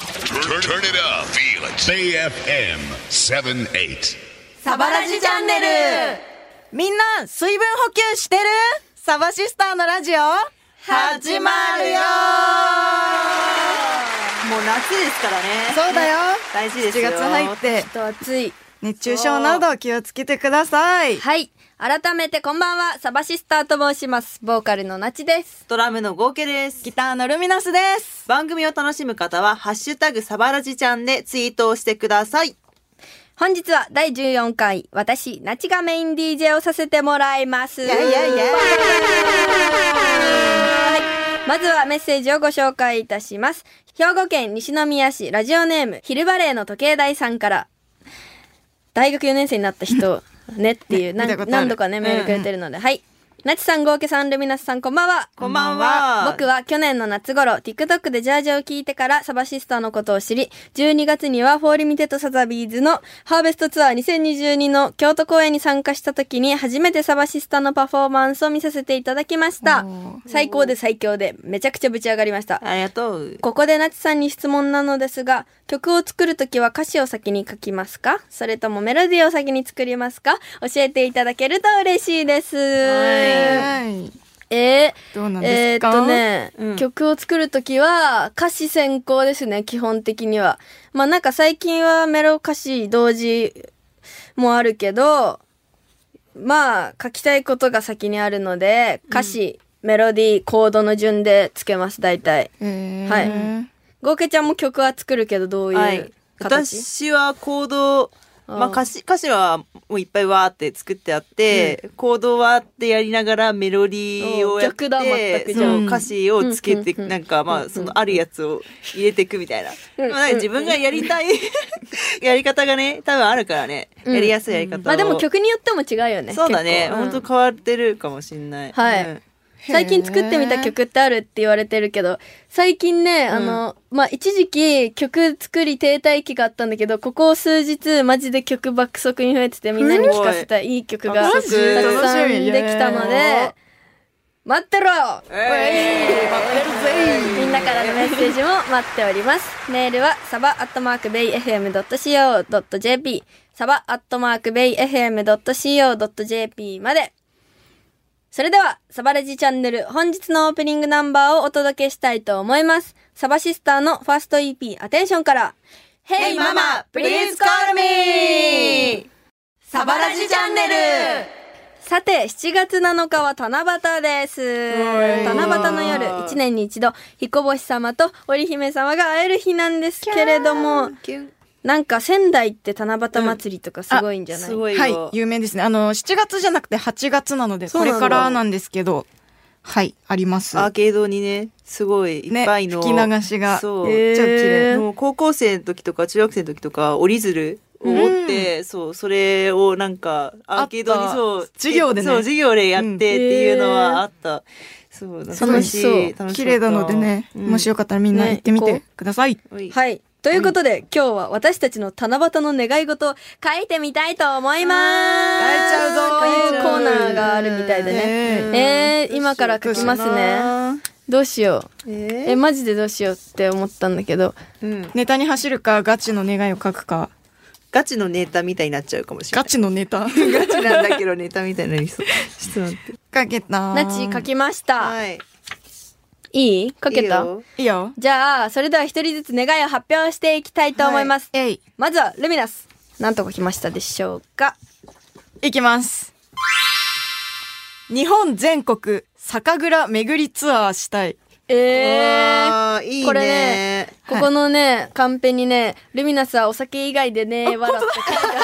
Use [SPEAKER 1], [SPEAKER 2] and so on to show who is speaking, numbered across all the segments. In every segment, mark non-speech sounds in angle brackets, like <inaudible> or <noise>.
[SPEAKER 1] Turn, turn it up. Feel it. BFM 78.
[SPEAKER 2] サバラジチャンネルみんな水分補給してるサバシスターのラジオ始まるよ
[SPEAKER 3] もう夏ですからね。
[SPEAKER 2] そうだよ
[SPEAKER 3] 大事です
[SPEAKER 2] 7
[SPEAKER 3] よ。
[SPEAKER 2] 月入って
[SPEAKER 4] と暑い。
[SPEAKER 2] 熱中症など気をつけてください
[SPEAKER 4] はい。改めてこんばんは、サバシスターと申します。ボーカルのなちです。
[SPEAKER 3] ドラムの合計です。
[SPEAKER 2] ギターのルミナスです
[SPEAKER 3] 番組を楽しむ方は、ハッシュタグサバラジちゃんでツイートをしてください。
[SPEAKER 4] 本日は第14回、私、なちがメイン DJ をさせてもらいます。い
[SPEAKER 2] やいやいや
[SPEAKER 4] はい。まずはメッセージをご紹介いたします。兵庫県西宮市ラジオネーム、昼バレーの時計台さんから、大学4年生になった人、ねっていう、
[SPEAKER 2] <laughs> ね見
[SPEAKER 4] 何
[SPEAKER 2] たことある
[SPEAKER 4] 何度かね、メールくれてるので、はい。なちさん、合計さん、ルミナスさん、こんばんは。
[SPEAKER 3] こんばんは。
[SPEAKER 4] 僕は去年の夏頃 TikTok でジャージを聞いてからサバシスターのことを知り12月にはフォーリミテッドサザビーズのハーベストツアー2022の京都公演に参加した時に初めてサバシスターのパフォーマンスを見させていただきました最高で最強でめちゃくちゃぶち上がりました
[SPEAKER 3] ありがとう。
[SPEAKER 4] ここでナチさんに質問なのですが曲を作るときは歌詞を先に書きますかそれともメロディーを先に作りますか教えていただけると嬉しいです、
[SPEAKER 2] はい
[SPEAKER 4] えー、
[SPEAKER 2] どうなんですか
[SPEAKER 4] えーっとね、
[SPEAKER 3] うん
[SPEAKER 4] 曲を作るときは歌詞先行ですね、基本的には。まあなんか最近はメロ歌詞同時もあるけど、まあ書きたいことが先にあるので、歌詞、メロディー、コードの順でつけます、大体。
[SPEAKER 2] えー
[SPEAKER 4] はいゴーケちゃんも曲は作るけど、どう
[SPEAKER 3] は
[SPEAKER 4] いう
[SPEAKER 3] い。
[SPEAKER 4] 形、
[SPEAKER 3] 私は行動、まあ
[SPEAKER 4] あー
[SPEAKER 3] 歌詞、歌詞はもういっぱいわーって作ってあって、行動はってやりながらメロディーをやっ
[SPEAKER 4] おー逆だ全
[SPEAKER 3] て、
[SPEAKER 4] く
[SPEAKER 3] そ
[SPEAKER 4] じゃん
[SPEAKER 3] う歌詞をつけて、
[SPEAKER 4] うんうんうん
[SPEAKER 3] なんかまあそのあるやつを入れていくみたいな。
[SPEAKER 4] うん
[SPEAKER 3] まあなんか自分がやりたい <laughs> やり方がね、多分あるからね、
[SPEAKER 4] うん
[SPEAKER 3] やりやすいやり方を。
[SPEAKER 4] まあでも曲によっても違うよね。
[SPEAKER 3] そうだね、
[SPEAKER 4] 結構
[SPEAKER 3] ほんと変わってるかもしんない。
[SPEAKER 4] はい
[SPEAKER 3] うん
[SPEAKER 4] 最近作ってみた曲ってあるって言われてるけど、最近ね、あの、まあ、一時期曲作り停滞期があったんだけど、ここ数日マジで曲爆速に増えててみんなに聴かせたいい曲がた
[SPEAKER 3] 爆
[SPEAKER 4] くさん
[SPEAKER 3] 速
[SPEAKER 4] できたの
[SPEAKER 2] 楽しみイエーイ
[SPEAKER 4] で、待ってろよ
[SPEAKER 3] えい
[SPEAKER 4] みんなからのメッセージも待っております。メールは、サバアットマークベイ FM.co.jp、サバアットマークベイ FM.co.jp まで。それでは、サバレジチャンネル、本日のオープニングナンバーをお届けしたいと思います。サバシスターのファースト EP、アテンションから、Hey Mama, please call me!
[SPEAKER 2] サバラジチャンネル
[SPEAKER 4] さて、7月7日は七夕です。七夕の夜、1年に一度、彦星様と織姫様が会える日なんですけれども、なんか仙台って七夕祭りとかすごいんじゃない、
[SPEAKER 3] すごいよ。
[SPEAKER 2] はい、有名ですね。あの、7月じゃなくて8月なので、
[SPEAKER 4] そう
[SPEAKER 2] こ
[SPEAKER 4] なん
[SPEAKER 2] れか
[SPEAKER 4] だ
[SPEAKER 2] らなんですけど、はい、あります。
[SPEAKER 3] アーケードにね、すごいいっぱいの。
[SPEAKER 2] ね、吹き流しが。
[SPEAKER 3] そう。
[SPEAKER 2] めっちゃ綺麗。
[SPEAKER 3] もう高校生の時とか中学生の時とか折り鶴を折って、そうそれをなんかアーケード
[SPEAKER 2] あっ
[SPEAKER 3] に
[SPEAKER 2] た
[SPEAKER 3] そう
[SPEAKER 2] 授業でね
[SPEAKER 3] そう授業でやってっていうの
[SPEAKER 4] うん
[SPEAKER 3] はあった、そう
[SPEAKER 4] 楽しそう
[SPEAKER 3] 楽しかった
[SPEAKER 2] 綺麗なのでね、もしよかったらみんな行ってみて
[SPEAKER 4] ね
[SPEAKER 2] ください。
[SPEAKER 3] うんはい
[SPEAKER 4] はい。ということで、今日は私たちの七夕の願い事を書いてみたいと思います。
[SPEAKER 2] 書いちゃうぞ
[SPEAKER 4] というコーナーがあるみたいでね。
[SPEAKER 2] ね
[SPEAKER 4] えー、今から書きますね。どうしよう。
[SPEAKER 3] え
[SPEAKER 4] え、マジでどうしようって思ったんだけど。
[SPEAKER 3] うん、
[SPEAKER 2] ネタに走るか、ガチの願いを書くか。
[SPEAKER 3] ガチのネタみたいになっちゃうかもしれ
[SPEAKER 2] ガ
[SPEAKER 3] ない
[SPEAKER 2] チのネ
[SPEAKER 3] <laughs>
[SPEAKER 2] タ。
[SPEAKER 3] ガチなんだけどネタみたいになりそうちょっと待って
[SPEAKER 2] かけた。
[SPEAKER 4] なち書きました。
[SPEAKER 3] はい
[SPEAKER 4] いい書けた
[SPEAKER 3] いいよ
[SPEAKER 2] いいよ。
[SPEAKER 4] じゃあ、それでは一人ずつ願いを発表していきたいと思います。
[SPEAKER 2] えい。
[SPEAKER 4] まずは、ルミナス。なんとか来ましたでしょうか。
[SPEAKER 2] いきます。日本全国酒蔵巡りツアーしたい。
[SPEAKER 4] えー。
[SPEAKER 3] あーいいね
[SPEAKER 4] これねここのね、カンペにね、ルミナスはお酒以外でね、笑って書い
[SPEAKER 2] <laughs>
[SPEAKER 4] てある。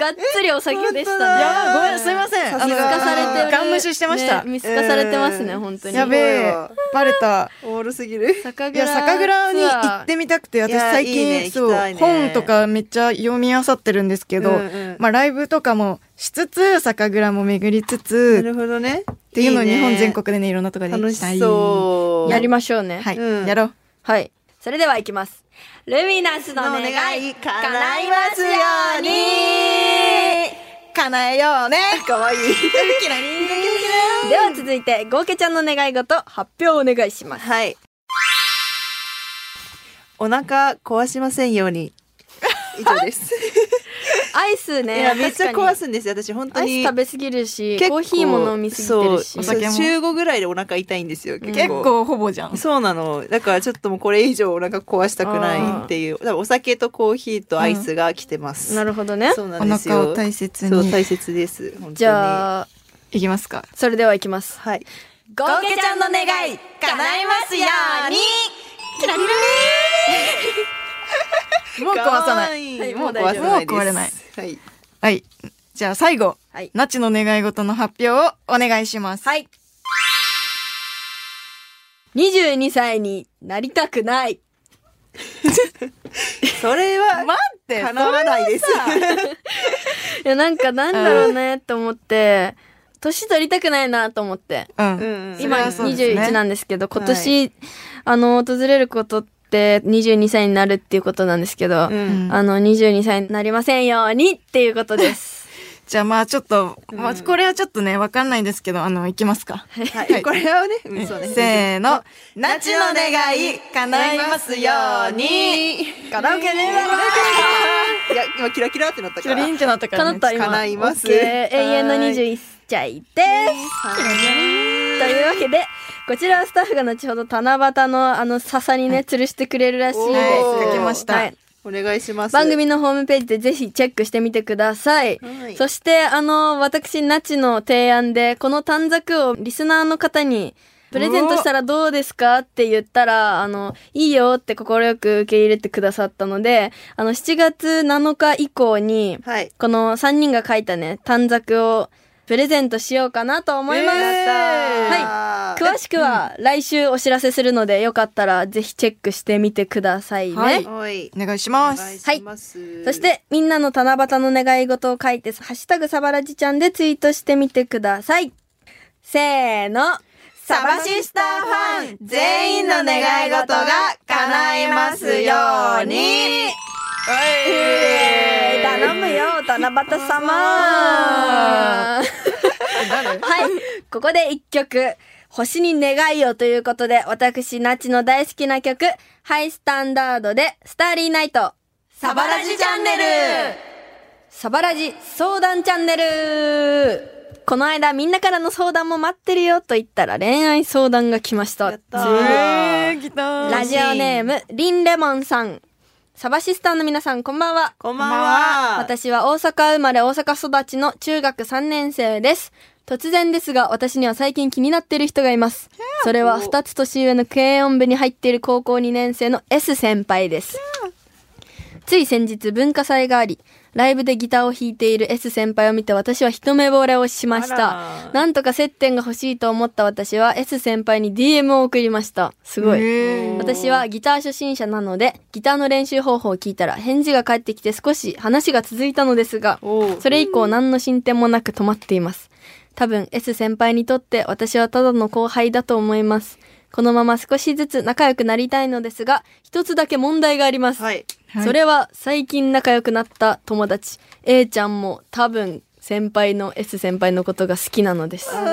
[SPEAKER 4] がっつりお酒でし
[SPEAKER 3] 本当だ
[SPEAKER 4] たね。
[SPEAKER 2] やばいごめん、すいません。
[SPEAKER 3] さすが
[SPEAKER 4] 見透かされて
[SPEAKER 2] あ
[SPEAKER 4] る。
[SPEAKER 2] のガン無視してました。
[SPEAKER 4] ね見透かされてますね、
[SPEAKER 3] うん
[SPEAKER 4] 本当に。
[SPEAKER 2] やべえ
[SPEAKER 3] すごいわ。
[SPEAKER 2] バレた。
[SPEAKER 3] おもろすぎる
[SPEAKER 4] 酒
[SPEAKER 2] いや、酒蔵に行ってみたくて、私
[SPEAKER 3] いや
[SPEAKER 2] 最
[SPEAKER 3] いいね
[SPEAKER 2] 近、
[SPEAKER 3] 行き
[SPEAKER 2] そう
[SPEAKER 3] たい、ね
[SPEAKER 2] 本とかめっちゃ読み漁ってるんですけ
[SPEAKER 3] う
[SPEAKER 2] ど
[SPEAKER 3] んうん、
[SPEAKER 2] まあライブとかもしつつ、酒蔵も巡りつ
[SPEAKER 3] な
[SPEAKER 2] つ、
[SPEAKER 3] るほどねっ
[SPEAKER 2] っていうのを日本全国でね、いろんなとこで
[SPEAKER 3] 楽
[SPEAKER 2] 行
[SPEAKER 3] し
[SPEAKER 2] きたい。
[SPEAKER 3] そう
[SPEAKER 4] やりましょうね。
[SPEAKER 2] はい、
[SPEAKER 3] うん
[SPEAKER 2] やろう。
[SPEAKER 4] はい。それでは行きます。ルミナスの願
[SPEAKER 3] の願い
[SPEAKER 4] い、叶いますように
[SPEAKER 2] 叶えようね。
[SPEAKER 3] かわいい。
[SPEAKER 4] では続い
[SPEAKER 3] <laughs>
[SPEAKER 4] て、ゴーケちゃんの願い事、発表お願いします。
[SPEAKER 3] はい。お腹壊しませんように。以上です。
[SPEAKER 4] アイス
[SPEAKER 3] い
[SPEAKER 4] ね。
[SPEAKER 3] や、めっちゃ
[SPEAKER 4] 確か
[SPEAKER 3] 壊
[SPEAKER 4] に
[SPEAKER 3] すんですよ。私、本当
[SPEAKER 4] アイ
[SPEAKER 3] に。
[SPEAKER 4] ス食べ過ぎるし、
[SPEAKER 3] 結
[SPEAKER 4] コ
[SPEAKER 3] 構
[SPEAKER 4] ーヒーも飲み過ぎてるし。
[SPEAKER 3] そう
[SPEAKER 2] お酒も
[SPEAKER 3] 週後ぐらいでお腹痛いんですよ。結
[SPEAKER 2] 結
[SPEAKER 3] 構。
[SPEAKER 2] 構ほぼじゃん。
[SPEAKER 3] <laughs> そうなの。だからちょっともうこれ以上お腹壊したくないっていう。だからお酒とコーヒーとアイスが来てます。
[SPEAKER 4] なるほどね。
[SPEAKER 3] そうな
[SPEAKER 2] お
[SPEAKER 3] んですよ。
[SPEAKER 2] 腹を大切
[SPEAKER 3] そう
[SPEAKER 2] に。
[SPEAKER 3] 大切です。本当に
[SPEAKER 4] じゃあ、
[SPEAKER 2] いきますか。
[SPEAKER 4] それではいきます。
[SPEAKER 3] はい。
[SPEAKER 4] ゴ
[SPEAKER 2] ゴーケちゃんの願い、叶えますようにキラリラリーもう壊さない。
[SPEAKER 3] い
[SPEAKER 4] はい
[SPEAKER 3] も
[SPEAKER 4] もう
[SPEAKER 3] う
[SPEAKER 4] 大丈
[SPEAKER 3] 壊さ
[SPEAKER 4] 夫
[SPEAKER 3] ないです。
[SPEAKER 2] もう壊れない
[SPEAKER 3] はい。
[SPEAKER 2] はい。じゃあ最後、
[SPEAKER 4] はい
[SPEAKER 2] ナチの願い事の発表をお願いします。
[SPEAKER 4] はい。22歳になりたくない。
[SPEAKER 3] それは、
[SPEAKER 2] 待って、
[SPEAKER 3] 叶わないです。
[SPEAKER 4] いや、なんかなんだろうねって思って、年取りたくないなと思って。
[SPEAKER 2] う。
[SPEAKER 3] うんんうん
[SPEAKER 4] 今
[SPEAKER 2] それはそうですね
[SPEAKER 4] 21なんですけど、今年、あの、訪れることって22歳になるっていうことなんですけど、
[SPEAKER 3] うん
[SPEAKER 4] あの、22歳になりませんようにっていうことです。
[SPEAKER 2] <laughs> じゃあまあちょっと、まあこれはちょっとね、わかんないですけど、あの、いきますか。
[SPEAKER 3] はい。これはね、うんそうね。
[SPEAKER 2] せーの。
[SPEAKER 3] <laughs> ナチの願い叶いますように
[SPEAKER 2] カラオケで
[SPEAKER 3] いや、今キラキラってなった
[SPEAKER 2] キ
[SPEAKER 3] から。
[SPEAKER 2] ラリンってなったから
[SPEAKER 4] 叶
[SPEAKER 2] ね。
[SPEAKER 4] <laughs> った今。
[SPEAKER 3] 叶います
[SPEAKER 4] オッケー永遠の
[SPEAKER 3] はい
[SPEAKER 4] 21歳です。というわけで、こちらはスタッフが後ほど七夕のあの笹にね、吊るしてくれるらしいです。
[SPEAKER 3] はい書きま
[SPEAKER 2] した
[SPEAKER 4] はい
[SPEAKER 3] お願いします。
[SPEAKER 4] 番組のホームページでぜひチェックしてみてください。
[SPEAKER 3] はい
[SPEAKER 4] そして、あの、私、ナチの提案で、この短冊をリスナーの方に、プレゼントしたらどうですかって言ったら、あの、いいよって快く受け入れてくださったので、あの、7月7日以降に、
[SPEAKER 3] はい。
[SPEAKER 4] この3人が書いたね、短冊をプレゼントしようかなと思います。はい。
[SPEAKER 3] はい。
[SPEAKER 4] 詳しくは来週お知らせするので、よかったらぜひチェックしてみてくださいね。
[SPEAKER 2] はい
[SPEAKER 3] おい。
[SPEAKER 2] お願いしま
[SPEAKER 3] お願い
[SPEAKER 2] す。
[SPEAKER 3] します。
[SPEAKER 4] そし、て、みんなの七夕の願い事を書いて、ハッシュタグサバラジちゃんでツイートしてみてください。せーの。
[SPEAKER 2] サバシスターファン全員の願い事が叶いますように
[SPEAKER 4] えー頼むよ、
[SPEAKER 3] <laughs>
[SPEAKER 4] 七夕様はい、 <laughs> ここで一曲。星に願いをということで、私、ナチの大好きな曲、ハイスタンダードで、スターリーナイト。
[SPEAKER 2] サバラジチャンネル
[SPEAKER 4] サバラジ相談チャンネルこの間みんなからの相談も待ってるよと言ったら恋愛相談が来ました
[SPEAKER 3] やった
[SPEAKER 2] えー、来た
[SPEAKER 4] ラジオネームリンレモンさんサバシスターの皆さんこんばんは
[SPEAKER 3] こんばんは。
[SPEAKER 4] 私は大阪生まれ大阪育ちの中学3年生です突然ですが私には最近気になっている人がいますそれは2つ年上の軽音部に入っている高校2年生の S 先輩ですつい先日文化祭がありライブでギターを弾いている S 先輩を見て私は一目惚れをしました
[SPEAKER 3] あら
[SPEAKER 4] なんとか接点が欲しいと思った私は S 先輩に DM を送りましたすごい、
[SPEAKER 2] えー
[SPEAKER 4] 私はギター初心者なのでギターの練習方法を聞いたら返事が返ってきて少し話が続いたのですが
[SPEAKER 3] おう
[SPEAKER 4] それ以降何の進展もなく止まっています多分 S 先輩にとって私はただの後輩だと思いますこのまま少しずつ仲良くなりたいのですが一つだけ問題があります、
[SPEAKER 3] はい。
[SPEAKER 2] はい
[SPEAKER 4] それは最近仲良くなった友達 A ちゃんも多分先輩の S 先輩のことが好きなのです
[SPEAKER 3] なん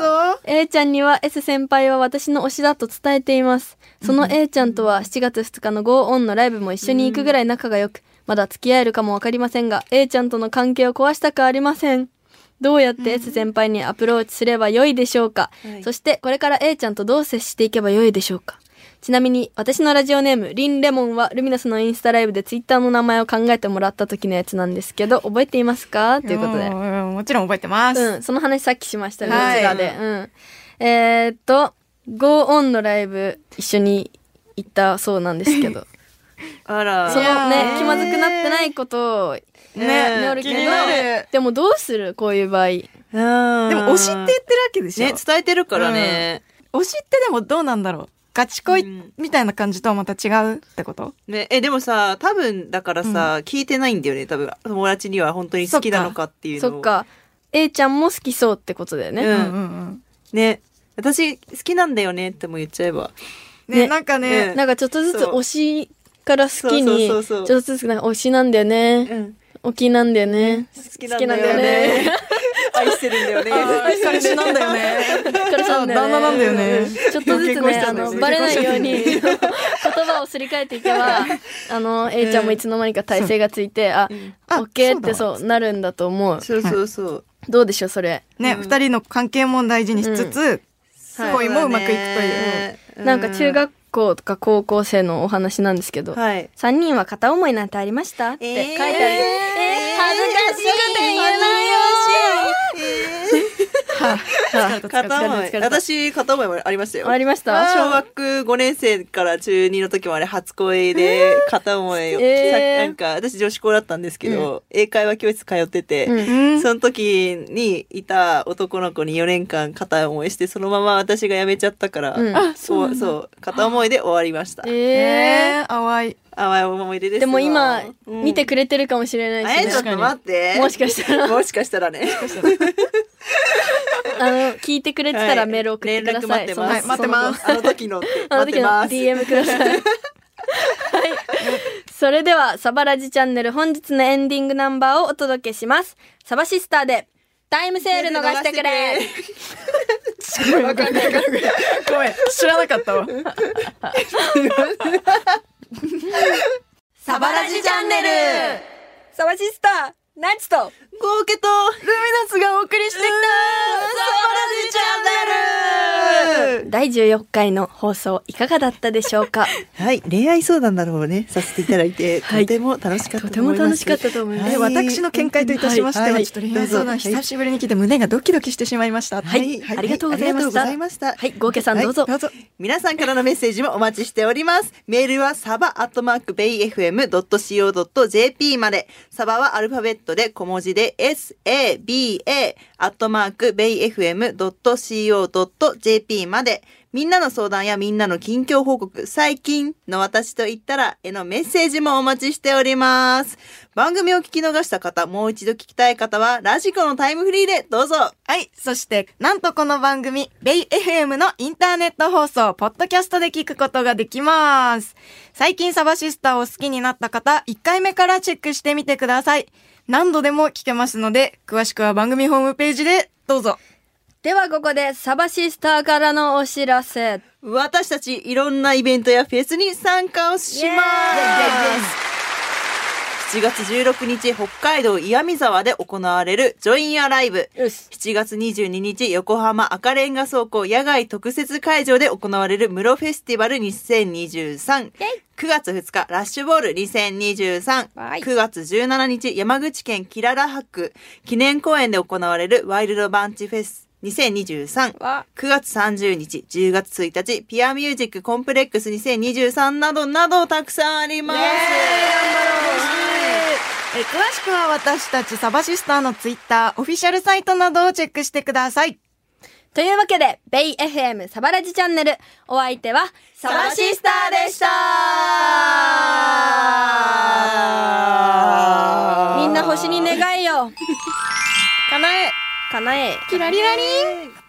[SPEAKER 3] だ
[SPEAKER 4] A ちゃんには S 先輩は私の推しだと伝えていますその A ちゃんとは7月2日の GO ON のライブも一緒に行くぐらい仲が良くまだ付き合えるかもわかりませんが A ちゃんとの関係を壊したくありませんどうやって S 先輩にアプローチすればよいでしょうか、
[SPEAKER 3] はい
[SPEAKER 4] そしてこれから A ちゃんとどう接していけばよいでしょうかちなみに私のラジオネームリンレモンはルミナスのインスタライブでツイッターの名前を考えてもらった時のやつなんですけど覚えていますかということで
[SPEAKER 2] んんもちろん覚えてます。
[SPEAKER 4] うん、その話さっきしましたね、
[SPEAKER 2] は
[SPEAKER 4] こ
[SPEAKER 2] い
[SPEAKER 4] ちらで。うん。えーっと、Go On のライブ一緒に行ったそうなんですけど、
[SPEAKER 3] あら。
[SPEAKER 4] そのね
[SPEAKER 2] え、ー
[SPEAKER 4] 気まずくなってないことを
[SPEAKER 2] ね
[SPEAKER 4] 祈る
[SPEAKER 2] 気
[SPEAKER 4] け
[SPEAKER 2] にな
[SPEAKER 4] ど
[SPEAKER 2] る、
[SPEAKER 4] でもどうするこういう場合。
[SPEAKER 3] うん
[SPEAKER 2] でも推しって言ってるわけでしょ、
[SPEAKER 3] ね、伝えてるからね。
[SPEAKER 2] 推しってでもどうなんだろうガチ恋みたいな感じとはまた違うってこと、
[SPEAKER 3] ね、え、でもさ、多分、だからさ、聞いてないんだよね、多分。友達には本当に好きなのかっていうのを
[SPEAKER 4] そっ。か。A ちゃんも好きそうってことだよね。
[SPEAKER 3] う
[SPEAKER 2] う
[SPEAKER 3] ん
[SPEAKER 2] んうん
[SPEAKER 3] ね。私、好きなんだよねっても言っちゃえば。
[SPEAKER 2] ね
[SPEAKER 4] ね
[SPEAKER 2] なんかね、
[SPEAKER 3] うん
[SPEAKER 4] なんかちょっとずつ
[SPEAKER 3] そう
[SPEAKER 4] 推しから好きに、ち
[SPEAKER 3] そ
[SPEAKER 4] ょ
[SPEAKER 3] う
[SPEAKER 4] っ
[SPEAKER 3] そうそうそう
[SPEAKER 4] とずつなんか推しなんだよね。
[SPEAKER 3] ん。
[SPEAKER 4] お気なんだよね。
[SPEAKER 3] <laughs> 好きなんだよね。愛してるんだよね。
[SPEAKER 2] 彼氏なんだよ <laughs> ね。
[SPEAKER 4] 彼氏なんだよね
[SPEAKER 2] あ旦那なんだよね
[SPEAKER 4] ちょっとずつ
[SPEAKER 3] 結婚し
[SPEAKER 4] ね、
[SPEAKER 3] た
[SPEAKER 4] あ
[SPEAKER 3] んだよ
[SPEAKER 4] の
[SPEAKER 3] ね
[SPEAKER 4] バレないように言葉をすり替えていけ
[SPEAKER 3] <laughs>
[SPEAKER 4] ば、あの A ちゃんもいつの間にか体勢がついて、あ、
[SPEAKER 2] あ
[SPEAKER 4] オッケ
[SPEAKER 2] そ
[SPEAKER 4] ーっ
[SPEAKER 2] うだ
[SPEAKER 4] てそうなるんだと思う。
[SPEAKER 3] <laughs> そうそうそう。
[SPEAKER 4] どうでしょうそれ。
[SPEAKER 2] ね、二人の関係も大事にしつつ、
[SPEAKER 4] はい
[SPEAKER 2] 恋もうまくいくという。
[SPEAKER 3] う
[SPEAKER 4] なんか中学校とか高校生のお話なんですけど、
[SPEAKER 3] はい。
[SPEAKER 4] 三人は片思いなんてありましたって書いてある。えー恥ずかしくて言えないよ。
[SPEAKER 2] はい
[SPEAKER 3] 片思い
[SPEAKER 4] 疲れた
[SPEAKER 3] 私片思いもありましたよ
[SPEAKER 4] ありました
[SPEAKER 3] 小学5年生から中2の時もあれ初恋で片思いを、
[SPEAKER 4] えー
[SPEAKER 3] さなんか私女子校だったんですけど、英会話教室通ってて、
[SPEAKER 4] うん
[SPEAKER 2] うん
[SPEAKER 3] その時にいた男の子に4年間片思いしてそのまま私が辞めちゃったから、
[SPEAKER 4] うん
[SPEAKER 3] そうそう片思いで終わりました、
[SPEAKER 4] え
[SPEAKER 2] えー、淡い。
[SPEAKER 3] 淡い思い出で
[SPEAKER 4] ー
[SPEAKER 3] す
[SPEAKER 4] でも今見て
[SPEAKER 3] く
[SPEAKER 4] くれてるかもしれない
[SPEAKER 3] え
[SPEAKER 4] し
[SPEAKER 3] ちょっ
[SPEAKER 4] ね、
[SPEAKER 3] と待って
[SPEAKER 4] もしかしたら
[SPEAKER 3] もしかしたらね
[SPEAKER 4] あの聞いてくれてたらメール送ってください。
[SPEAKER 3] はい連絡待ってます
[SPEAKER 4] そのその後
[SPEAKER 3] あの時のって
[SPEAKER 4] あの時
[SPEAKER 3] 待って
[SPEAKER 4] の
[SPEAKER 3] ます
[SPEAKER 4] DM ください。はい。それでは、サバラジチャンネル本日のエンディングナンバーをお届けします。サバシスターで、タイムセール逃してくれ
[SPEAKER 2] わかんないわかんないごめん、知らなかったわ。
[SPEAKER 4] サバラジチャンネルサバシスター、ナチと
[SPEAKER 3] ゴーケと
[SPEAKER 2] ルミナスがお送りしてきたサバラジチャンネル
[SPEAKER 4] 第14回の放送いかがだったでしょうか
[SPEAKER 3] はい、恋愛相談などをね、させていただいて、
[SPEAKER 4] はい
[SPEAKER 3] とても楽しかった
[SPEAKER 4] と
[SPEAKER 3] と
[SPEAKER 4] て
[SPEAKER 3] 思
[SPEAKER 4] も
[SPEAKER 3] いま
[SPEAKER 4] 楽し
[SPEAKER 3] す。
[SPEAKER 4] かったと思いま
[SPEAKER 3] は
[SPEAKER 4] す。
[SPEAKER 2] え私の見解といたしまして
[SPEAKER 3] は
[SPEAKER 2] は、
[SPEAKER 3] い
[SPEAKER 2] ちょっと恋愛相談久しぶりに来て胸がドキドキしてしまいました。
[SPEAKER 4] はいありがとうございました
[SPEAKER 3] ありがとうございました。
[SPEAKER 4] はい、ゴーケさんどうぞ。
[SPEAKER 2] どうぞ。
[SPEAKER 3] 皆さんからのメッセージもお待ちしております。メールはサバアットマークベイ FM.co.jp まで。サバはアルファベットで小文字で saba アットマークベイ FM.co.jp まで。みんなの相談やみんなの近況報告、最近の私と言ったらへのメッセージもお待ちしております。番組を聞き逃した方、もう一度聞きたい方はラジコのタイムフリーでどうぞ。
[SPEAKER 2] はい。そして、なんとこの番組、ベイ FM のインターネット放送、ポッドキャストで聞くことができます。最近サバシスターを好きになった方、1回目からチェックしてみてください。何度でも聞けますので、詳しくは番組ホームページでどうぞ。
[SPEAKER 4] ではここで、サバシスターからのお知らせ。
[SPEAKER 3] 私たちいろんなイベントやフェスに参加をします。7月16日北海道岩見沢で行われるジョインアライブ。
[SPEAKER 4] よし。
[SPEAKER 3] 7月22日横浜赤レンガ倉庫野外特設会場で行われる室フェスティバル2023。9月2日ラッシュボール2023。
[SPEAKER 4] はい
[SPEAKER 3] 9月17日山口県キララ博記念公園で行われるワイルドバンチフェス2023。
[SPEAKER 4] わ
[SPEAKER 3] 9月30日、10月1日、ピアミュージックコンプレックス2023などなどたくさんあります。
[SPEAKER 2] え詳しくは私たちサバシスターのツイッター、オフィシャルサイトなどをチェックしてください。
[SPEAKER 4] というわけで、ベイ FM サバラジチャンネル、お相手は、サバシスターでしたみんな星に願いよ
[SPEAKER 2] かなえ
[SPEAKER 4] 叶え
[SPEAKER 2] キラリラリン